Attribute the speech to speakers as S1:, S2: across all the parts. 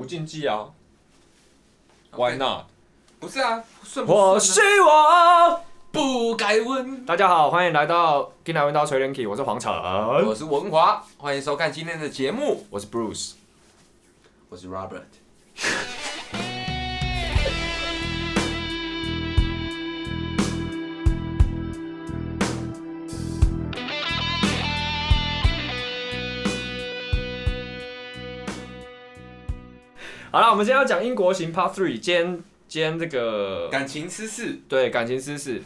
S1: 无禁忌啊，Why not？
S2: 不是啊，顺不
S1: 我
S2: 顺
S1: 是
S2: 啊？
S1: 我。
S2: 不该问。
S1: 大家好，欢迎来到《听来文刀锤人体》，我是黄晨，
S2: 我是文华，欢迎收看今天的节目，
S1: 我是 Bruce。
S2: 我是 Robert。
S1: 好了，我们今天要讲英国行 Part Three，今天今天这个
S2: 感情私事，
S1: 对感情私事，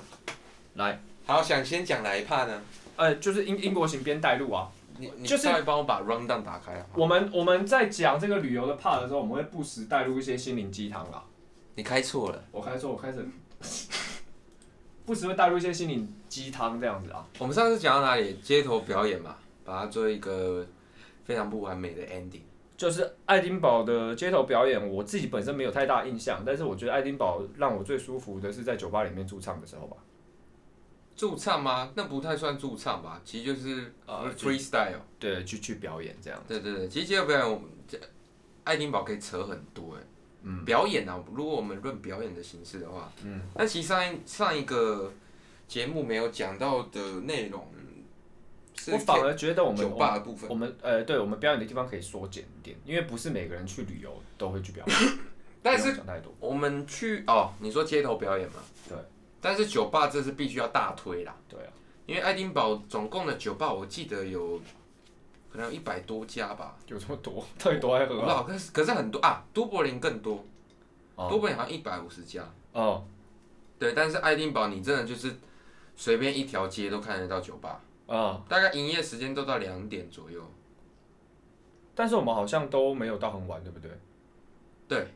S1: 来，
S2: 好，想先讲哪一趴呢？
S1: 呃，就是英英国行边带路啊。
S2: 你你
S1: 就是
S2: 稍微帮我把 round down 打开啊。
S1: 我们我们在讲这个旅游的 part 的时候，我们会不时带入一些心灵鸡汤啊。
S2: 你开错了，
S1: 我开始说，我开始 不时会带入一些心灵鸡汤这样子啊。
S2: 我们上次讲到哪里？街头表演嘛，把它做一个非常不完美的 ending。
S1: 就是爱丁堡的街头表演，我自己本身没有太大印象，但是我觉得爱丁堡让我最舒服的是在酒吧里面驻唱的时候吧。
S2: 驻唱吗？那不太算驻唱吧，其实就是
S1: 呃
S2: 呃
S1: 就
S2: freestyle。
S1: 对，去去表演这样。
S2: 对对对，其实街头表演，我们这爱丁堡可以扯很多哎、嗯，表演啊，如果我们论表演的形式的话，嗯，那其实上一上一个节目没有讲到的内容是
S1: 我反而觉得我们
S2: 酒吧的部分，
S1: 我们呃，对我们表演的地方可以缩减一点，因为不是每个人去旅游都会去表演。
S2: 但
S1: 不
S2: 是
S1: 用讲太多，
S2: 我们去哦，你说街头表演嘛，
S1: 对，
S2: 但是酒吧这是必须要大推啦，
S1: 对啊，
S2: 因为爱丁堡总共的酒吧我记得有可能有一百多家吧，
S1: 有这么多，到底多爱
S2: 我
S1: 喝
S2: 不知
S1: 啊？
S2: 道，可是可是很多啊，都柏林更多，
S1: 哦
S2: 都柏林好像一百五十家。
S1: 哦，
S2: 对，但是爱丁堡你真的就是随便一条街都看得到酒吧，
S1: 啊、
S2: 大概营业时间都到两点左右。
S1: 但是我们好像都没有到很晚，对不对？
S2: 对，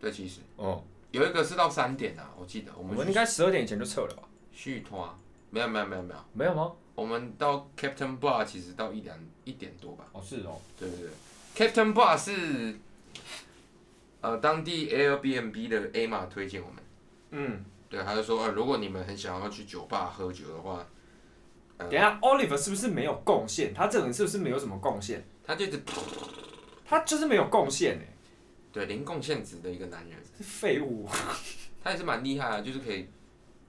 S2: 对，其实
S1: 哦，
S2: 有一个是到三点啊，我记得我
S1: 我
S2: 们
S1: 们应该十二点以前就撤了吧？
S2: 续团，没有没有没有没有，
S1: 没有吗？
S2: 我们到 Captain Bar 其实到一两一点多吧。
S1: 哦，是哦，
S2: 对对对，Captain Bar 是呃当地 Airbnb 的 A 码推荐我们，
S1: 嗯，
S2: 对，他就说呃如果你们很想要去酒吧喝酒的话，嗯
S1: 等一下，Oliver 是不是没有贡献？他这个人是不是没有什么贡献？
S2: 他就是
S1: 他就是没有贡献哎，
S2: 对零贡献值的一个男人。
S1: 是废物。
S2: 他也是蛮厉害的，就是可以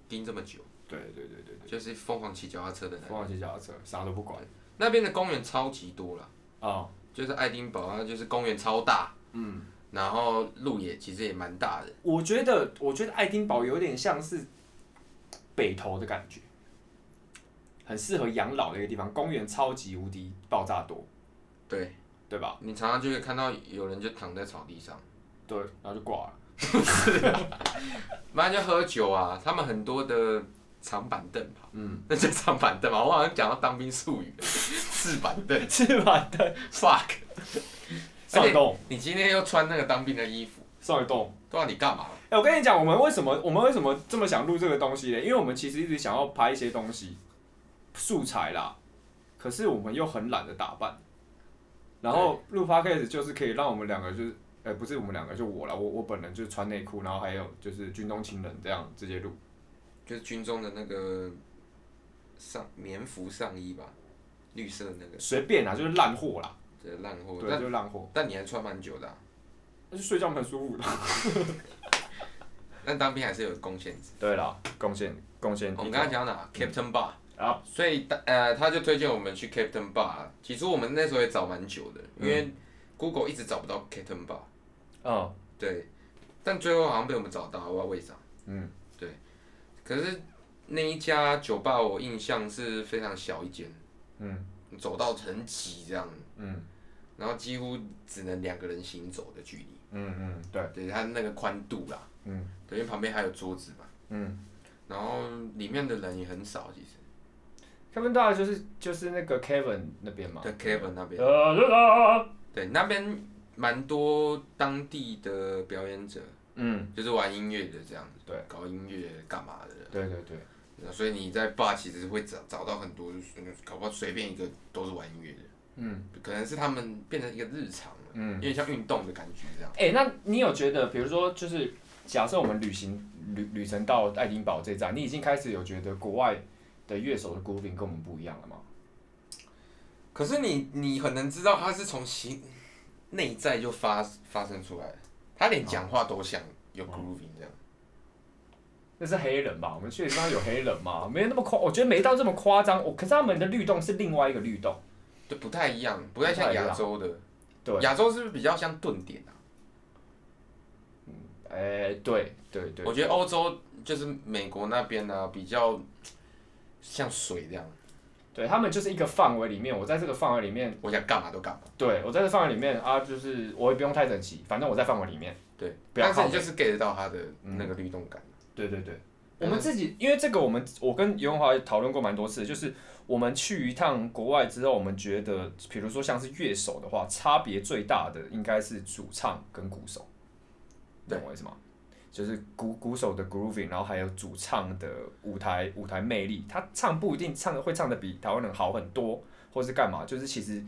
S2: 盯这么久，
S1: 对对对对
S2: 就是疯狂骑脚踏车的
S1: 对，
S2: 人。
S1: 疯狂骑脚踏车，啥都不管
S2: 那边的公园超级多啦，
S1: 啊、
S2: 就是爱丁堡啊，就是公园超大，嗯，然后路也其实也蛮大的，
S1: 我觉得，我觉得爱丁堡有点像是北投的感觉，很适合养老的一个地方，公园超级无敌爆炸多，
S2: 对，
S1: 对吧？
S2: 你常常就会看到有人就躺在草地上，
S1: 对，然后就挂了。
S2: 然就喝酒啊，他们很多的长板凳吧，嗯，那叫长板凳嘛，我好像讲到当兵术语了，四板凳
S1: 是吧？
S2: ，fuck，
S1: 上一栋，
S2: 你今天又穿那个当兵的衣服，
S1: 上一栋。
S2: 不知道你干嘛？
S1: 哎、我跟你讲，我们为什么我们为什么这么想录这个东西呢？因为我们其实一直想要拍一些东西素材啦，可是我们又很懒得打扮。然后录 podcast 就是可以让我们两个就是，哎、不是我们两个，就我啦，我我本人就是穿内裤，然后还有就是军中情人这样直接录。
S2: 就是军中的那个上棉服上衣吧，绿色那个，
S1: 随便啦，就是烂货啦，
S2: 这烂货。
S1: 对，
S2: 但
S1: 就是烂货，
S2: 但你还穿蛮久的啊、
S1: 但是睡觉蛮舒服的。
S2: 但当兵还是有贡献值。
S1: 对啦，贡献贡献。
S2: 我们刚刚讲到
S1: 嗯
S2: 哪？Captain Bar
S1: 啊，
S2: 所以当呃，他就推荐我们去 Captain Bar。其实我们那时候也找蛮久的，因为 Google 一直找不到 Captain Bar。
S1: 嗯，
S2: 对，但最后好像被我们找到，我不知道为啥。
S1: 嗯，
S2: 对。可是那一家酒吧，我印象是非常小一间。
S1: 嗯，
S2: 走到很挤这样。
S1: 嗯，
S2: 然后几乎只能两个人行走的距离。
S1: 嗯嗯，对，
S2: 对，它那个宽度啦。
S1: 嗯，
S2: 对，因为旁边还有桌子嘛。
S1: 嗯。
S2: 然后里面的人也很少，其实。
S1: Kevin 大概就是就是那个 Kevin 那边嘛。
S2: 对 Kevin 那边，
S1: 呃，
S2: 对那边蛮多当地的表演者，
S1: 嗯，
S2: 就是玩音乐的这样子。
S1: 对。
S2: 搞音乐干嘛的？
S1: 对对对，
S2: 那所以你在坝其实会找找到很多，就是搞不好随便一个都是玩音乐的，
S1: 嗯
S2: 可能是他们变成一个日常了，
S1: 嗯。
S2: 有点像运动的感觉这样。
S1: 哎、那你有觉得，比如说，就是假设我们旅行旅旅程到爱丁堡这一站，你已经开始有觉得国外的乐手的 grooving 跟我们不一样了吗？
S2: 可是你你很能知道他是从行内在就发发生出来了，他连讲话都像
S1: 哦
S2: 有 grooving 这样。
S1: 那是黑人吧？我们去的地方有黑人吗？没有那么夸，我觉得没到这么夸张。我可是他们的律动是另外一个律动，
S2: 就不太一样，不太像亚洲的。
S1: 对
S2: 亚洲是不是比较像顿点啊？
S1: 哎、对对对
S2: 我，觉得欧洲就是美国那边呢、啊，比较像水这样，
S1: 对他们就是一个范围里面，我在这个范围里面，
S2: 我想干嘛都干嘛。
S1: 对我在这范围里面啊，就是我也不用太整齐，反正我在范围里面。
S2: 对，
S1: 不要
S2: 但是
S1: 靠嗯
S2: 你就是 get 得到他的那个律动感。
S1: 对对对，我
S2: 嗯
S1: 们自己因为这个，我们我跟尤文华讨论过蛮多次，就是我们去一趟国外之后，我们觉得，比如说像是乐手的话，差别最大的应该是主唱跟鼓手，
S2: 对
S1: 懂我意思吗？就是鼓鼓手的 grooving，然后还有主唱的舞台舞台魅力，他唱不一定唱的会唱的比台湾人好很多，或是干嘛，就是其实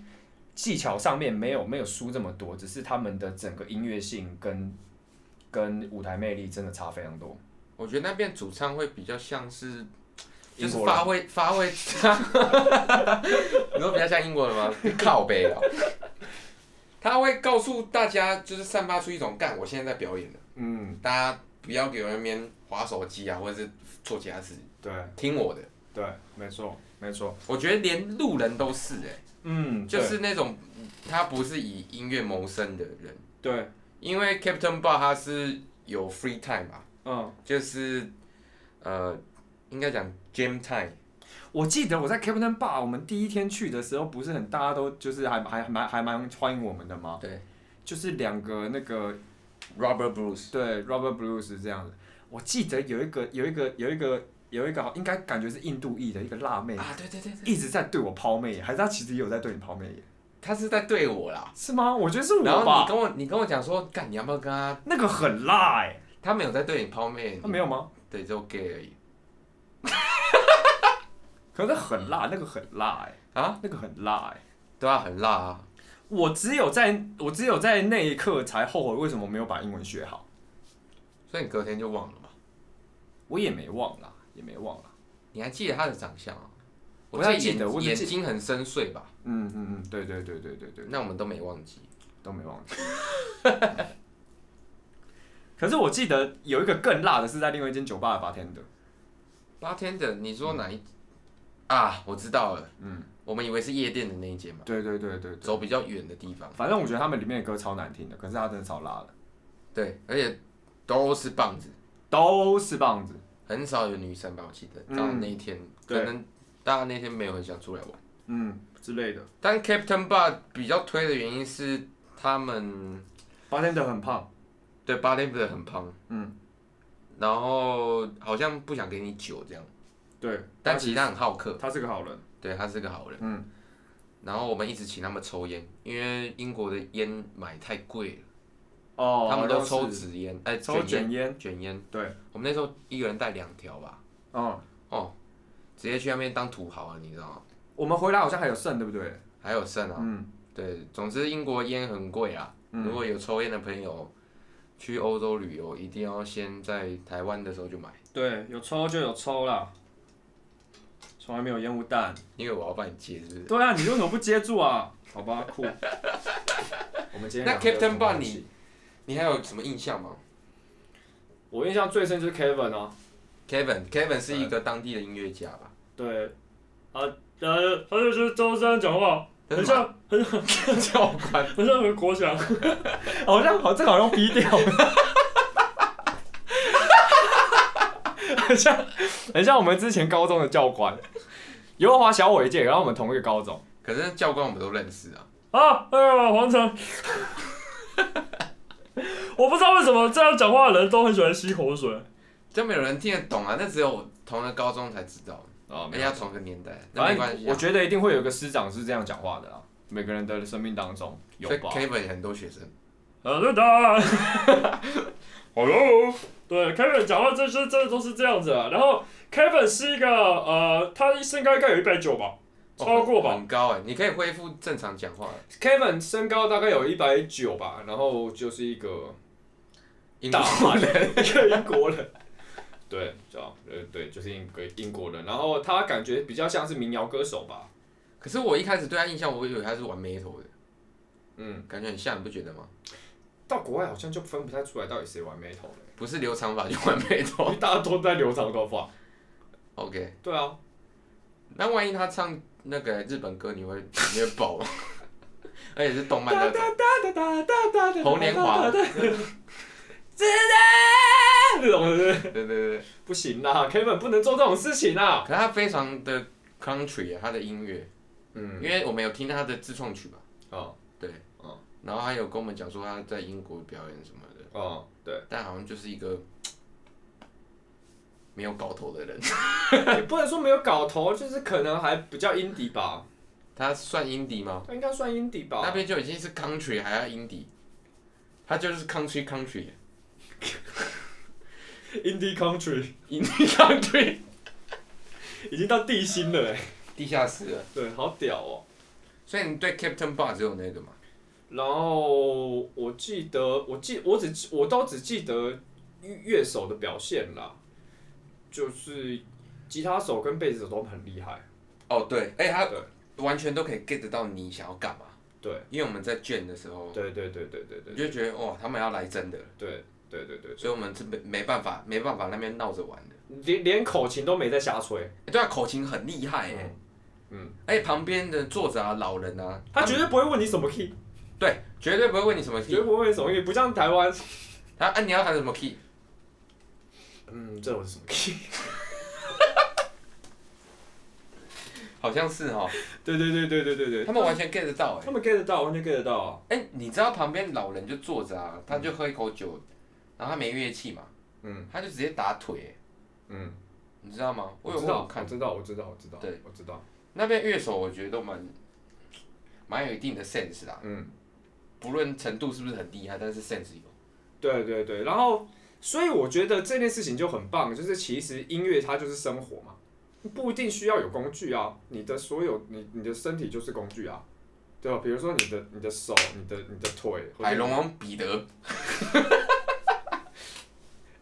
S1: 技巧上面没有没有输这么多，只是他们的整个音乐性跟跟舞台魅力真的差非常多。
S2: 我觉得那边主唱会比较像是，就
S1: 英
S2: 是
S1: 国人
S2: 发挥发挥， 你说比较像英国人吗？靠背啊， 他会告诉大家，就是散发出一种干，我现在在表演的，
S1: 嗯，
S2: 大家不要给我那边划手机啊，或者是做其他事，
S1: 对
S2: 听我的。
S1: 对，没错没错，
S2: 我觉得连路人都是哎、
S1: 嗯，
S2: 就
S1: 对
S2: 是那种他不是以音乐谋生的人，
S1: 对，
S2: 因为 Captain Bar 他是有 free time 嘛，
S1: 嗯，
S2: 就是呃，应该讲 jam time。
S1: 我记得我在 Captain Bar 我们第一天去的时候，不是很大家都就是还还还蛮还蛮欢迎我们的吗？
S2: 对
S1: 就是两个那个
S2: ，Robert Bruce，
S1: 对 Robert Blues 这样子，我记得有一个有一个有一个有一个好应该感觉是印度裔的一个辣妹，
S2: 啊，对对对对，
S1: 一直在对我抛媚眼，还是她其实也有在对你抛媚眼？
S2: 他是在对我啦。
S1: 是吗？我觉得是我
S2: 然后你
S1: 吧，
S2: 跟我，你跟我讲说，干，你要不要跟他？
S1: 那个很辣哎、
S2: 他没有在对你抛媚，
S1: 她没有吗？
S2: 对，就 gay 而已
S1: 可是很辣，那个很辣哎、
S2: 啊，
S1: 那个很辣哎、
S2: 对啊，很辣啊。
S1: 我只有在我只有在那一刻才后悔为什么没有把英文学好，
S2: 所以你隔天就忘了嘛？
S1: 我也没忘啦，也没忘啊啦。
S2: 你还记得他的长相啊？
S1: 我还记
S2: 记
S1: 得我
S2: 眼
S1: 只
S2: 眼
S1: 记
S2: 睛很深邃吧？
S1: 嗯嗯嗯，对对对对对对，
S2: 那我们都没忘记。
S1: 都没忘记。可是我记得有一个更辣的是在另外一间酒吧的 bartender，
S2: 八天的，你说哪一、啊？我知道了，
S1: 嗯，
S2: 我们以为是夜店的那一间嘛，
S1: 对对对对对，
S2: 走比较远的地方。
S1: 反正我觉得他们里面的歌超难听的，可是他真的超辣的，
S2: 对，而且都是棒子，
S1: 都是棒子。
S2: 很少有女生吧？我记得
S1: 嗯
S2: 到那一天，
S1: 对
S2: 可能大家那天没有很想出来玩。
S1: 嗯之类的。
S2: 但 Captain Bar 比较推的原因是他们
S1: bartender 很胖，
S2: 对巴雷布的很胖，
S1: 嗯，
S2: 然后好像不想给你酒这样，
S1: 对，
S2: 但其实他很好客，
S1: 他是个好人。
S2: 对他是个好人。
S1: 嗯，
S2: 然后我们一直请他们抽烟，因为英国的烟买太贵了，
S1: 哦，
S2: 他们都
S1: 好
S2: 抽
S1: 像是
S2: 纸烟，哎、
S1: 抽
S2: 卷
S1: 卷烟，
S2: 卷烟。
S1: 对，
S2: 我们那时候一个人带两条吧，
S1: 嗯，
S2: 哦，直接去那边当土豪啊了，你知道吗？
S1: 我们回来好像还有剩，对不对？
S2: 还有剩啊，
S1: 嗯，
S2: 对，总之英国烟很贵啊。
S1: 嗯
S2: 如果有抽烟的朋友去欧洲旅游，一定要先在台湾的时候就买，
S1: 对，有抽就有抽啦，从来没有烟雾弹。
S2: 因为我要帮你戒，是不是？
S1: 对啊，你为什么不接住啊？好吧，酷。 我们今天
S2: 那
S1: 两个
S2: Captain
S1: 都很
S2: Bun 你你还有什么印象吗
S1: 我印象最深就是 Kevin 啊，
S2: ？Kevin Kevin 是一个当地的音乐家吧？
S1: 对，啊呃，他就是周深讲话，很像很很
S2: 教官，
S1: 很像何国祥，好像好这个好像逼掉， 很像很像我们之前高中的教官，尤华小我一届，然后我们同一个高中。
S2: 可是教官我们都认识啊。
S1: 啊，哎呀，黄 城，我不知道为什么这样讲话的人都很喜欢吸口水
S2: 就没有人听得懂啊，那只有我同个高中才知道，
S1: 啊
S2: 人家同个年代，那
S1: 反
S2: 没
S1: 正
S2: 哦关系、
S1: 我
S2: 啊。
S1: 觉得一定会有一个师长是这样讲话的啦，每个人的生命当中有
S2: 所以
S1: 吧？
S2: Kevin 也很多学生。
S3: 呃，对的，哎
S2: Hello，
S3: 对，Kevin 讲话这些真的都是这样子啊。然后 Kevin 是一个呃，他身高应该有一百九吧，超过吧。
S2: 很高哎、你可以恢复正常讲话了。
S1: 哦 Kevin 身高大概有一百九吧，然后就是一个
S2: 英
S1: 大
S2: 国
S1: 汉人，一个英国人。对，知道，呃，对，就是英国英国人，然后他感觉比较像是民谣歌手吧。
S2: 可是我一开始对他印象，我以为他是玩 metal 的，
S1: 嗯，
S2: 感觉很像，你不觉得吗？
S1: 到国外好像就分不太出来到底谁玩 metal 了，
S2: 不是留长发就玩背
S1: 因
S2: 头。
S1: 为大家都在留长头发。
S2: OK，
S1: 对啊，
S2: 那万一他唱那个日本歌，你会你会爆吗？ 而且是动漫那种。
S1: 哒哒哒哒哒
S2: 红莲华
S1: 哒哒哒这种是不是
S2: 对对对，
S1: 不行啦，Kevin 不能做这种事情啊啦。
S2: 可是他非常的 country 啊，他的音乐，因
S1: 嗯，
S2: 为我们有听他的自创曲吧，
S1: 哦
S2: 对，
S1: 哦
S2: 然后他有跟我们讲说他在英国表演什么的，
S1: 哦，对，
S2: 但好像就是一个没有搞头的人，
S1: 也不能说没有搞头，就是可能还比较 indie 吧，
S2: 他算 indie 吗？
S1: 他应该算 indie 吧。
S2: 那边就已经是 country 还要 indie，他就是 country country
S1: Indie Country
S2: indie country
S1: 已经到地心了哎，
S2: 地下室了。
S1: 对，好屌哦。
S2: 所以你对 Captain Bar 只有那个嘛？
S1: 然后我记得，我记我只记我都只记得乐手的表现啦，就是吉他手跟贝斯手都很厉害。
S2: 哦对，
S1: 对
S2: 哎、他完全都可以 get 到你想要干嘛，
S1: 对
S2: 因为我们在卷的时候，
S1: 对对对对对对
S2: 你就觉得哇，他们要来真的了，
S1: 对对对对，
S2: 所以我们是没没办法没办法那边闹着玩的。
S1: 连连口琴都没在瞎吹，
S2: 欸对啊，口琴很厉害哎、
S1: 嗯，
S2: 而且旁边的作者啊、老人啊，
S1: 他
S2: 们
S1: 绝对不会问你什么 key，
S2: 对绝对不会问你什么
S1: 绝
S2: key，
S1: 对不会问什么 key，不像台湾，
S2: 他啊你要弹什么 key，
S1: 嗯，这首是什么 key？
S2: 好像是哦，
S1: 对对对对对对对，
S2: 他们完全 get 得到哎、
S1: 他们 get 得到，完全 get 得到啊。
S2: 哎、你知道旁边老人就坐着啊，他就喝一口酒，然后他没乐器嘛，
S1: 嗯
S2: 他就直接打腿、欸
S1: 嗯，
S2: 你知道吗？我
S1: 我
S2: 有
S1: 知道，
S2: 我
S1: 我
S2: 看
S1: 知道，我知道，我知道，
S2: 对，
S1: 我知道，
S2: 那边乐手，我觉得都蛮蛮有一定的 sense 啦，
S1: 嗯。
S2: 不论程度是不是很厉害，但是 sense 有。
S1: 对对对，然后所以我觉得这件事情就很棒，就是其实音乐它就是生活嘛，不一定需要有工具啊，你的所有你你的身体就是工具啊，对吧？比如说你的你的手、你的你的腿，
S2: 海龙王彼得，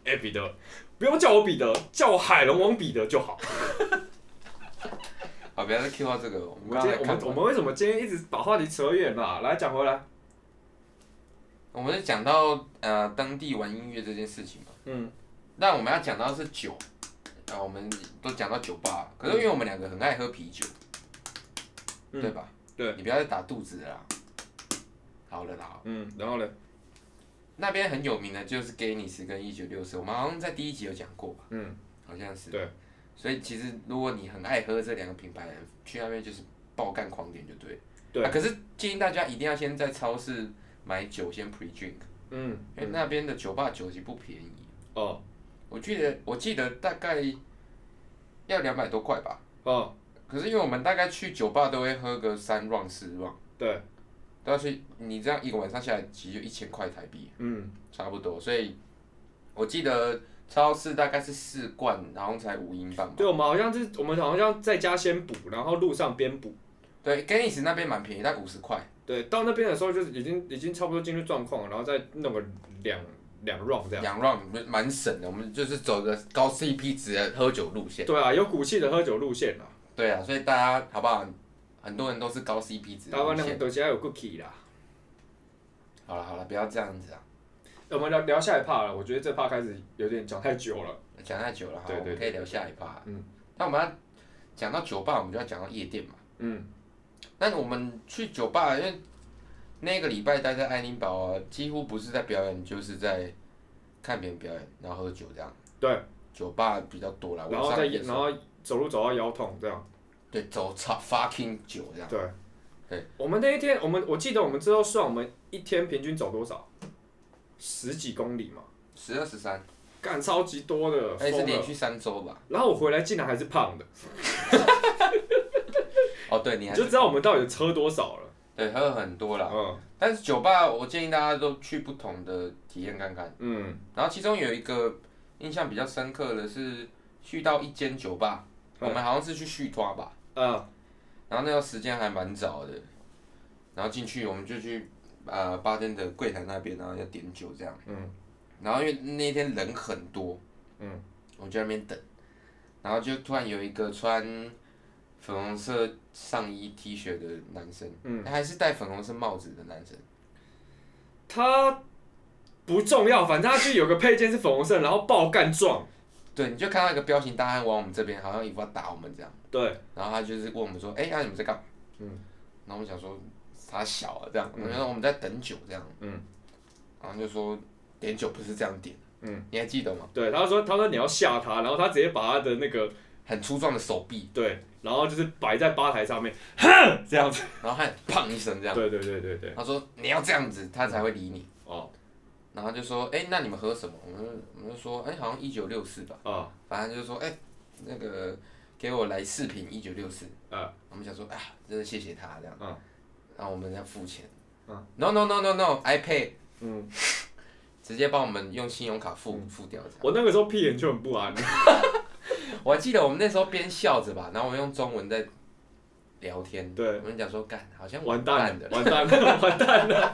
S1: 哎、彼得，不用叫我彼得，叫我海龙王彼得就好。
S2: 好，不要再 Q 到这个了，我
S1: 我
S2: 们
S1: 们
S2: 刚
S1: 今
S2: 才
S1: 天我
S2: 看
S1: 们
S2: 完
S1: 我们为什么今天一直把话题扯远了、啊来讲回来，
S2: 我们是讲到呃当地玩音乐这件事情嘛，
S1: 嗯
S2: 那我们要讲到是酒，啊、我们都讲到酒吧了，可是因为我们两个很爱喝啤酒，
S1: 嗯
S2: 对吧？
S1: 对
S2: 你不要再打肚子了啦。好了啦，
S1: 嗯，然后嘞，
S2: 那边很有名的就是 g a i n e s 跟一九六四，我们好像在第一集有讲过吧？
S1: 嗯，
S2: 好像是。
S1: 对。
S2: 所以其实如果你很爱喝这两个品牌，去那边就是爆干狂点就对了。
S1: 对
S2: 啊可是建议大家一定要先在超市买酒，先 pre drink，
S1: 嗯
S2: 因为哎那边的酒吧酒其实不便宜。
S1: 哦
S2: 我记得我记得大概要两百多块吧，
S1: 哦，
S2: 可是因为我们大概去酒吧都会喝个三 round 四 round，
S1: 对，
S2: 但是你这样一个晚上下来，其实就一千块台币
S1: 嗯
S2: 差不多，所以我记得超市大概是四罐，然后才五英镑吧。
S1: 对，我们好像是我们好像在家先补，然后路上边补。
S2: 对 g a n n i s 那边蛮便宜，大概五十块。
S1: 对，到那边的时候就是已经已经差不多进入状况了，然后再弄个两两 round 这样。
S2: 两 round 蛮省的，我们就是走个高 CP 值的喝酒路线。
S1: 对啊，有骨气的喝酒路线啦，
S2: 对啊，所以大家好不好？很多人都是高 CP 值的
S1: 台湾
S2: 路
S1: 那
S2: 线。
S1: 边都家有 cookie 啦。
S2: 好了好了，不要这样子啊，
S1: 呃我们聊聊下一趴了，我觉得这趴开始有点讲太久了。
S2: 讲太久了哈，
S1: 对对
S2: 我们可以聊下一趴。
S1: 嗯，
S2: 那我们要讲到酒吧，我们就要讲到夜店嘛。
S1: 嗯
S2: 那我们去酒吧，因为那个礼拜待在爱丁堡啊，几乎不是在表演，就是在看别人表演，然后喝酒这样。
S1: 对，
S2: 酒吧比较多啦，
S1: 然后
S2: 晚
S1: 再
S2: 上也是
S1: 然后走路走到腰痛这样。
S2: 对走操 fucking 酒这样。
S1: 对，
S2: 对，
S1: 我们那一天，我们我记得我们之后算我们一天平均走多少，十几公里嘛，
S2: 十二十三，
S1: 干超级多的，
S2: 哎，是
S1: 疯
S2: 连
S1: 了。
S2: 续三周吧？
S1: 然后我回来竟然还是胖的，
S2: 哦，对，你
S1: 你
S2: 还
S1: 就知道我们到底喝多少了。
S2: 对喝很多啦。
S1: 嗯
S2: 但是酒吧，我建议大家都去不同的体验看看。
S1: 嗯
S2: 然后其中有一个印象比较深刻的是，去到一间酒吧，
S1: 嗯
S2: 我们好像是去续托吧，
S1: 嗯
S2: 然后那个时间还蛮早的，然后进去我们就去呃吧店的柜台那边，然后要点酒这样，
S1: 嗯
S2: 然后因为那天人很多，
S1: 嗯，
S2: 我就在那边等，然后就突然有一个穿粉红色上衣 T 恤的男生，
S1: 嗯
S2: 还是戴粉红色帽子的男生，
S1: 他不重要，反正他就有个配件是粉红色，然后爆干撞，
S2: 对，你就看到一个彪形大汉往我们这边，好像一副要打我们这样，
S1: 对，
S2: 然后他就是问我们说，哎、那、你们在干嘛？
S1: 嗯，
S2: 然后我们想说他小啊这样，
S1: 嗯
S2: 然后我们在等酒这样，
S1: 嗯，
S2: 然后就说点酒不是这样点，
S1: 嗯，
S2: 你还记得吗？
S1: 对，他说他说你要吓他，然后他直接把他的那个
S2: 很粗壮的手臂，
S1: 对，然后就是摆在吧台上面， 哼，这样子，
S2: 然后他很砰一声这样，
S1: 对对对对对，
S2: 他说你要这样子，他才会理你。
S1: 哦
S2: 然后就说，哎、那你们喝什么？我们就我们就说，哎、好像一九六四吧，
S1: 啊
S2: 反正就是说，哎、那个给我来四瓶一九六四。
S1: 啊，
S2: 我们想说，啊，真的谢谢他这样。
S1: 嗯
S2: 然后我们要付钱。
S1: 嗯
S2: No no no no no，I pay，
S1: 嗯，
S2: 直接帮我们用信用卡付、付掉这
S1: 我那个时候屁眼就很不安，
S2: 哎样。我还记得我们那时候边笑着吧，然后我们用中文在聊天。
S1: 对
S2: 我们讲说，干，好像
S1: 完
S2: 蛋
S1: 蛋
S2: 的
S1: 了，。完蛋了， 完蛋了，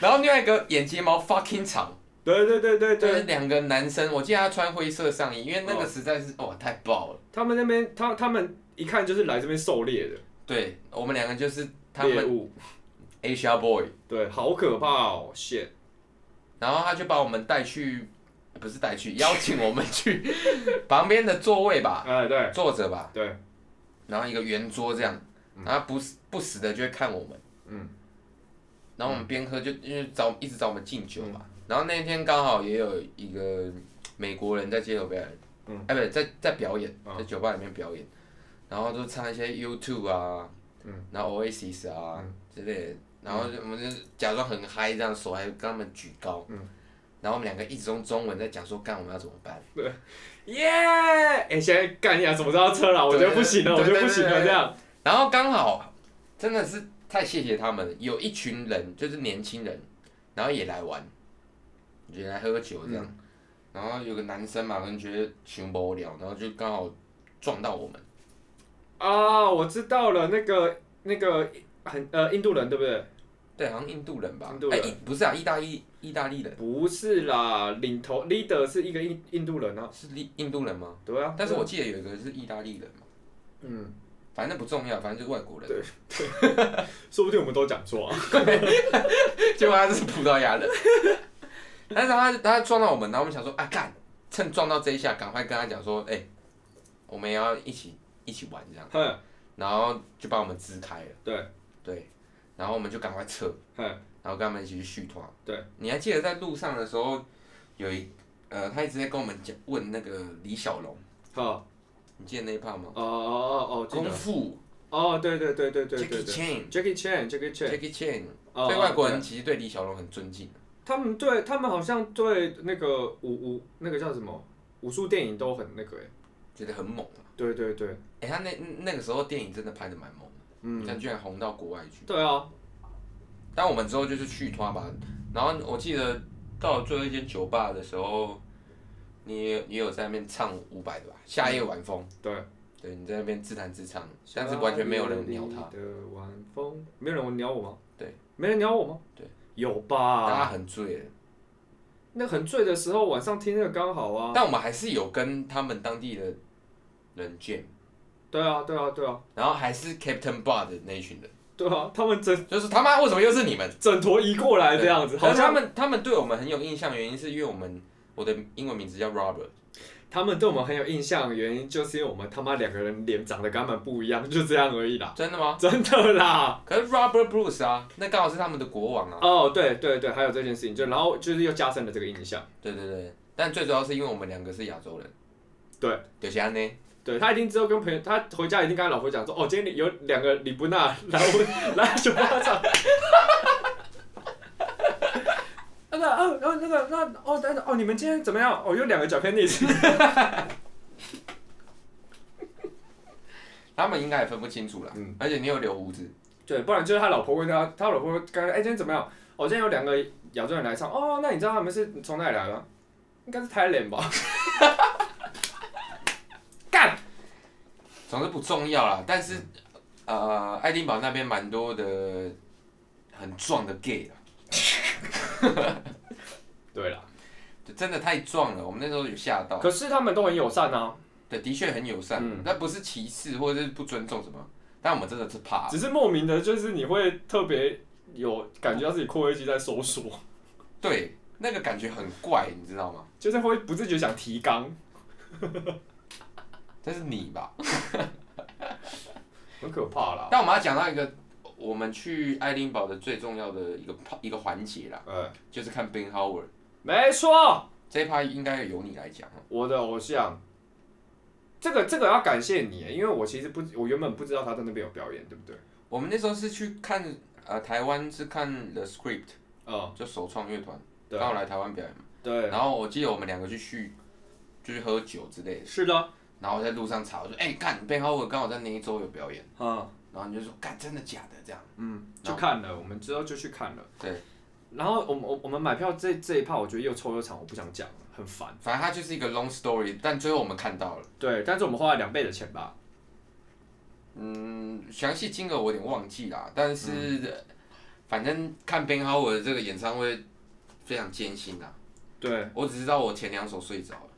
S2: 然后另外一个眼睫毛 fucking 长。
S1: 对对对对哦
S2: 就
S1: 对
S2: 是，两个男生，我记得他穿灰色上衣，因为那个实在是哇太爆了。
S1: 他们那边他他们一看就是来这边狩猎的
S2: 对我们两个就是他
S1: 猎
S2: 们
S1: 物，
S2: Asia boy，
S1: 对，好可怕哦，shit，
S2: 然后他就把我们带去，不是带去，邀请我们去 旁边的座位吧，
S1: 哎对
S2: 坐着吧，
S1: 对，
S2: 然后一个圆桌这样，然后不死不死的就会看我们，
S1: 嗯
S2: 然后我们边喝就因为找一直找我们敬酒嘛，
S1: 嗯
S2: 然后那一天刚好也有一个美国人在街头表演，
S1: 嗯
S2: 哎不对，在在表演，
S1: 嗯
S2: 在酒吧里面表演，然后就唱一些 YouTube 啊，
S1: 嗯
S2: 然后 Oasis 啊、
S1: 嗯
S2: 之类的，然后就我们就假装很嗨这样，手还跟他们举高，
S1: 嗯
S2: 然后我们两个一直用中文在讲说干我们要怎么办，
S1: 耶，哎现在干呀，什么时候要撤了？我觉得不行了，我
S2: 对
S1: 觉
S2: 对
S1: 得不行
S2: 对对
S1: 了，
S2: 对
S1: 这样，
S2: 然后刚好真的是太谢谢他们了，有一群人就是年轻人，然后也来玩，也来喝酒这样。然后有个男生嘛，可能觉得穷无聊，然后就刚好撞到我们。
S1: 啊，我知道了，那个那个很呃印度人对不对？
S2: 对，好像印度人吧？
S1: 印度人
S2: 哎、不是啊，意大利意大利人
S1: 不是啦，领头 leader 是一个印印度人啊，
S2: 是印印度人吗？
S1: 对啊，
S2: 但是我记得有一个是意大利人嘛，
S1: 嗯，
S2: 反正不重要，反正就是外国人。
S1: 对说不定我们都讲错啊，
S2: 结果他是葡萄牙人， 但是他他撞到我们，然后我们想说啊干，趁撞到这一下，赶快跟他讲说，哎、我们也要一起一起玩这样，
S1: 哼
S2: 然后就把我们支开了，
S1: 嗯对
S2: 对，然后我们就赶快撤，
S1: 哼
S2: 然后跟他们一起去续团。
S1: 对，
S2: 你还记得在路上的时候，有一呃，他一直在跟我们讲问那个李小龙，
S1: 好，
S2: 你记得那一趴吗
S1: 哦？哦哦哦，记
S2: 功
S1: 得，
S2: 夫
S1: 哦对对对对对对对
S2: ，Jackie Chan。
S1: ，Jackie Chan，Jackie Chan。
S2: Jackie Chan，
S1: 哦
S2: 所以外国人
S1: 对
S2: 其实对李小龙很尊敬。
S1: 他们对他们好像对那个武武那个叫什么武术电影都很那个、欸，
S2: 觉得很猛啊。
S1: 对对对，
S2: 哎、他那那个时候电影真的拍的蛮猛的，
S1: 嗯，
S2: 但居然红到国外去。
S1: 对啊，
S2: 但我们之后就是去团吧，然后我记得到最后一间酒吧的时候，你也你有在那边唱伍佰的吧？夏夜晚风，
S1: 对，
S2: 对，你在那边自弹自唱，但是完全没有人鸟他，
S1: 的晚风，没有人鸟我吗？
S2: 对，
S1: 没人鸟我吗？
S2: 对，
S1: 有
S2: 大家
S1: 吧？
S2: 很醉了。
S1: 那很醉的时候晚上听那个刚好啊，
S2: 但我们还是有跟他们当地的人见，
S1: 对啊对啊对啊
S2: 然后还是 Captain Bar 的那一群人，
S1: 对啊，他们整
S2: 就是他妈为什么又是你们？
S1: 整坨移过来这样子，
S2: 对
S1: 好
S2: 可是他
S1: 像
S2: 们他们对我们很有印象，原因是因为我们我的英文名字叫 Robert。
S1: 他们对我们很有印象，原因就是因为我们他妈两个人脸长得跟他们不一样，就这样而已啦，
S2: 真的吗？
S1: 真的啦。
S2: 可是 Robert Bruce 啊，那刚好是他们的国王啊。
S1: 哦，对对对，还有这件事情，就然后就是又加深了这个印象。
S2: 对对对，但最主要是因为我们两个是亚洲人。
S1: 对，
S2: 就是安呢。
S1: 对他一定之后跟朋友，他回家一定跟他老婆讲说，哦，今天有两个李布纳来我来酒吧唱。 那个哦，然后那个那哦，等等哦，你们今天怎么样？哦，有两个 Japanese，
S2: 他们应该也分不清楚啦。
S1: 嗯
S2: 而且你有留胡子，
S1: 对，不然就是他老婆问他，他老婆刚刚哎，今天怎么样？哦，今天有两个亚洲人来唱。哦，那你知道他们是从哪里来的吗？应该是 Thailand 吧？干，
S2: 总之不重要啦。但
S1: 嗯
S2: 是，呃，爱丁堡那边蛮多的很壮的 gay 啊，
S1: 对了，
S2: 就真的太壮了，我们那时候有吓到。哦
S1: 可是他们都很友善啊。
S2: 对，的确很友善
S1: 嗯，
S2: 那、不是歧视或者是不尊重什么，但我们真的是怕，
S1: 只是莫名的，就是你会特别有感觉到自己括约肌在收缩，
S2: 对，那个感觉很怪，你知道吗？
S1: 就是会不自觉想提肛。
S2: 这是你吧？
S1: 很可怕啦。
S2: 但我们要讲到一个，我们去爱丁堡的最重要的一个 part- 一个环节啦，
S1: 哎，
S2: 就是看 Ben Howard
S1: 没错，
S2: 这一趴应该由你来讲。
S1: 我的偶像。这个这个要感谢你，因为我其实不，我原本不知道他在那边有表演，对不对？
S2: 我们那时候是去看，呃，台湾是看 The Script，
S1: 嗯，
S2: 就首创乐团，
S1: 对啊
S2: 刚好来台湾表演嘛。
S1: 对，
S2: 然后我记得我们两个去续，就是喝酒之类的。
S1: 是的，
S2: 然后在路上查，我说：“哎、干，Ben Howard 刚好在那一周有表演。
S1: 嗯”
S2: 然后你就说：“干，真的假的？”这样。
S1: 嗯，
S2: 然
S1: 去
S2: 后
S1: 看了，我们之后就去看了。
S2: 对，
S1: 然后我们我我们买票这这一趴，我觉得又臭又长，我不想讲，很烦。
S2: 反正它就是一个 long story，但最后我们看到了。
S1: 对，但是我们花了两倍的钱吧？
S2: 嗯，详细金额我有点忘记啦，但是、
S1: 嗯
S2: 反正看 Ben Howard 的这个演唱会非常艰辛啊。
S1: 对，
S2: 我只知道我前两首睡着了，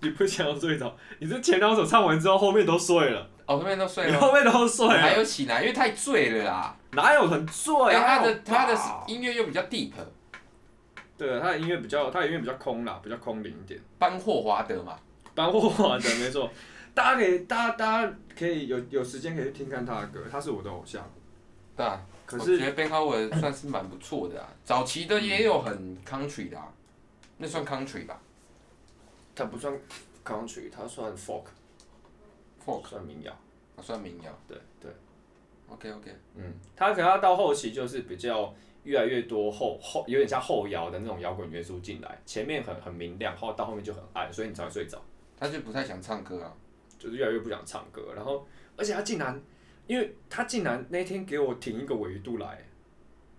S1: 你不想要睡着，你是前两首唱完之后，后面都睡了，
S2: 哦，后面都睡
S1: 你
S2: 了，
S1: 后面都睡
S2: 我还
S1: 了，
S2: 有起来，因为太醉了啦。
S1: 哪有很醉
S2: 哎，
S1: 啊？
S2: 他的他的
S1: 好不好
S2: 音乐又比较 deep，
S1: 对，他的音乐比较，他的音乐比较空啦，比较空灵一点。
S2: 班霍华德嘛，
S1: 班霍华德 没错，大家可以，大家大家可以有有时间可以去听看他的歌，他是我的偶像。
S2: 对啊。
S1: 可
S2: 我
S1: 是
S2: 觉得 Ben Howard 算是蛮不错的啊，早期的也有很 country 的、啊，那算 country 吧
S1: 他不算 country，他算 folk，
S2: ，folk
S1: 算民谣。
S2: 啊算民谣。
S1: 对对，
S2: OK OK，
S1: 嗯，他可能要到后期就是比较越来越多后后有点像后摇的那种摇滚元素进来，前面很很明亮，后到后面就很暗，所以你才会睡着。
S2: 他就不太想唱歌啊。
S1: 就是越来越不想唱歌，然后而且他竟然，因为他竟然那天给我挺一个尾鱼度来，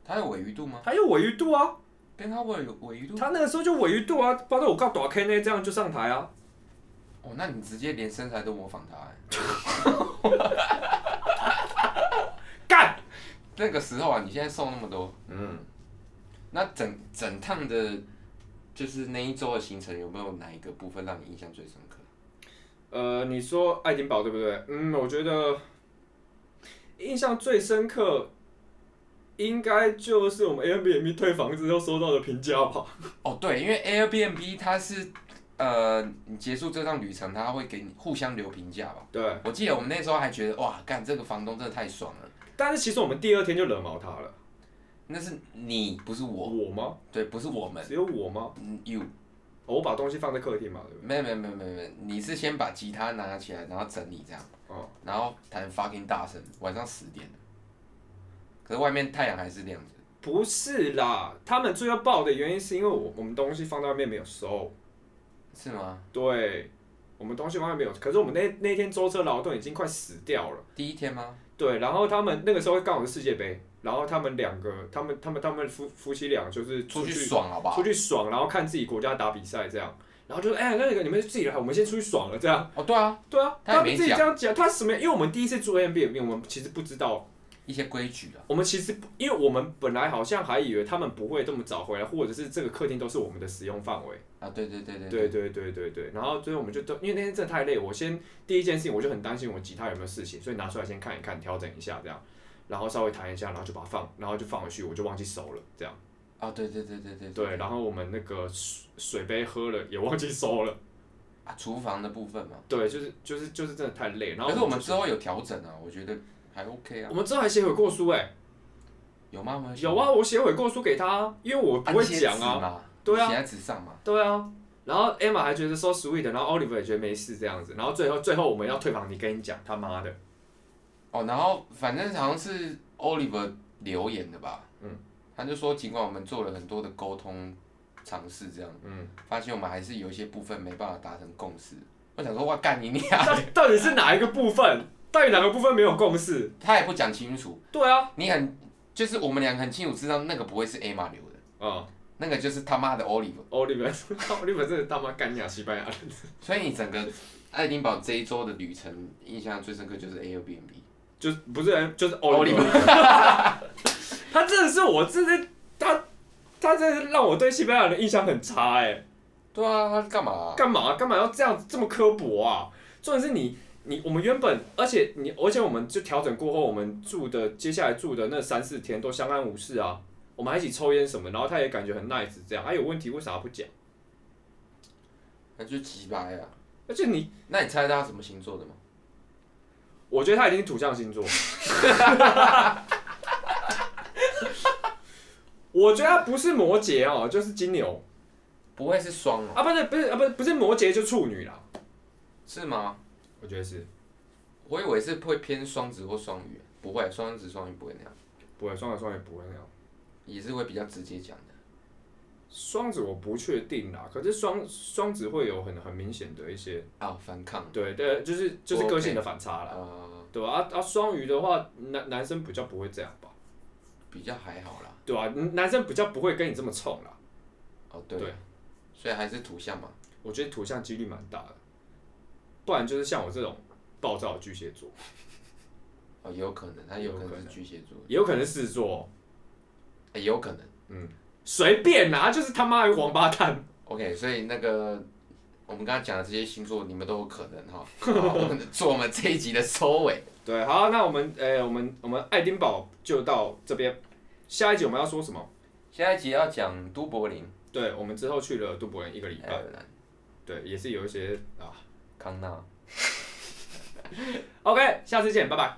S2: 他有尾鱼度吗
S1: 他有尾鱼度啊，
S2: ？Ben Howard 有尾鱼度？
S1: 他那个时候就尾鱼度啊，包括我告短 K 那这样就上台啊，
S2: 哦，那你直接连身材都模仿他、欸。
S1: 干，
S2: 那个时候啊，你现在瘦那么多，
S1: 嗯，
S2: 那整整趟的，就是那一周的行程，有没有哪一个部分让你印象最深刻？
S1: 呃，你说爱丁堡对不对？嗯，我觉得印象最深刻。应该就是我们 Airbnb 退房之后收到的评价吧。
S2: 哦，对，因为 Airbnb 它是，呃，你结束这趟旅程，它会给你互相留评价吧。
S1: 对，
S2: 我记得我们那时候还觉得，哇，干这个房东真的太爽了。
S1: 但是其实我们第二天就惹毛他了。
S2: 那是你，不是我，
S1: 我吗？
S2: 对，不是我们
S1: 只有我吗？
S2: 嗯，you，
S1: 哦我把东西放在客厅嘛，对不
S2: 没有没有没有没有没有，你是先把吉他拿起来，然后整理这样，
S1: 对？哦，
S2: 然后弹 fucking 大声，晚上十点了可是外面太阳还是亮着。
S1: 不是啦，他们最要爆的原因是因为我我们东西放在外面没有收，
S2: 是吗？
S1: 对，我们东西放在外面没有，可是我们那那天舟车劳顿已经快死掉了，
S2: 第一天吗？
S1: 对，然后他们那个时候刚好是世界杯，然后他们两个，他们他们他们夫夫妻俩就是
S2: 出去
S1: 去
S2: 爽好不好
S1: 出？去爽，然后看自己国家打比赛这样，然后就说哎、那个你们自己来，我们先出去爽了这样，
S2: 哦，对啊，
S1: 对啊，
S2: 他也
S1: 他
S2: 没
S1: 们自己这样讲，他什么？因为我们第一次住 a m b n b 我们其实不知道
S2: 一些规矩啊。
S1: 我们其实不因为我们本来好像还以为他们不会这么早回来，或者是这个客厅都是我们的使用范围。
S2: 啊，对对对对
S1: 对对对对对。然后所以我们就都因为那天真的太累，我先第一件事情我就很担心我吉他有没有事情，所以拿出来先看一看，调整一下这样，然后稍微弹一下，然后就把它放，然后就放回去，我就忘记收了这样。
S2: 啊，对对对对对
S1: 对，然后我们那个水水杯喝了也忘记收了。
S2: 啊，厨房的部分嘛，
S1: 对，就是就是就是真的太累。然后
S2: 可是我们
S1: 就
S2: 之后有调整啊，我觉得还 OK 啊
S1: 我。们之后还写悔过书哎、
S2: 有吗？我们
S1: 有，啊，我写悔过书给他啊，因为我不会讲啊。
S2: 嘛，
S1: 对啊
S2: 写在纸上嘛。
S1: 对啊，然后 Emma 还觉得说 sweet，然后 Oliver 也觉得没事这样子，然后最后最后我们要退房，你跟你讲他妈的，
S2: 哦，然后反正好像是 Oliver 留言的吧，
S1: 嗯，
S2: 他就说尽管我们做了很多的沟通尝试，这样
S1: 嗯，
S2: 发现我们还是有一些部分没办法达成共识。我想说，哇，干你娘！
S1: 到到底是哪一个部分？到底哪个部分没有共识？
S2: 他也不讲清楚，
S1: 对啊，
S2: 你很就是我们俩很清楚知道那个不会是 Emma 留的，
S1: 啊、
S2: 那个就是他妈的 Oliver。
S1: o l i v e r o l i v e r 真的他妈干你啊，西班牙人，
S2: 所以你整个爱丁堡这一周的旅程，印象最深刻就是 Airbnb。
S1: 就是不是就是 Oliver，他 真的是我真的他他真的是让我对西班牙人的印象很差哎、
S2: 对啊，他干嘛、
S1: 干嘛干嘛要这样子这么刻薄啊？重点是你你我们原本，而且你而且我们就调整过后，我们住的接下来住的那三四天都相安无事啊，我们还一起抽烟什么，然后他也感觉很 nice 这样，啊有问题为啥不讲？
S2: 那就鸡掰啊！
S1: 而且你，
S2: 那你猜他什么星座的吗？
S1: 我觉得他已经土象星座，我觉得他不是摩羯哦，就是金牛
S2: 不会是双哦？
S1: 啊，不是不是啊不是不是摩羯就处女啦，
S2: 是吗？
S1: 我觉得是
S2: 我以为是会偏双子或双鱼，不会，双子双鱼不会那样，
S1: 不会双子双鱼不会那样。
S2: 也是会比较直接讲的。
S1: 双子我不确定啦，可是双双子会有很很明显的一些，
S2: 啊，反抗
S1: 对对，就是就是个性的反差啦，
S2: 呃，
S1: 对吧、啊啊，双鱼的话，男男生比较不会这样吧，
S2: 比较还好啦。
S1: 对吧、啊嗯男男生比较不会跟你这么冲啦，
S2: 哦，对，
S1: 对
S2: 所以还是图像嘛。
S1: 我觉得土象几率蛮大的，不然就是像我这种暴躁的巨蟹座，
S2: 哦，也有可能，他有可
S1: 有可
S2: 能
S1: 能
S2: 是巨蟹座，
S1: 也有可能是狮子座哦，
S2: 哎也有可能。
S1: 随便啦，就是他妈的王八蛋，
S2: OK，所以那个我们刚刚讲的这些星座，你们都有可能 哈。好我们做我们这一集的收尾。
S1: 对，好，那我们呃、我们我们爱丁堡就到这边，下一集我们要说什么？
S2: 下一集要讲都柏林、
S1: 对，我们之后去了杜柏林一个礼
S2: 爱
S1: 拜，
S2: 尔兰、
S1: 对，也是有一些啊。
S2: 康纳。
S1: OK，下次见，拜拜。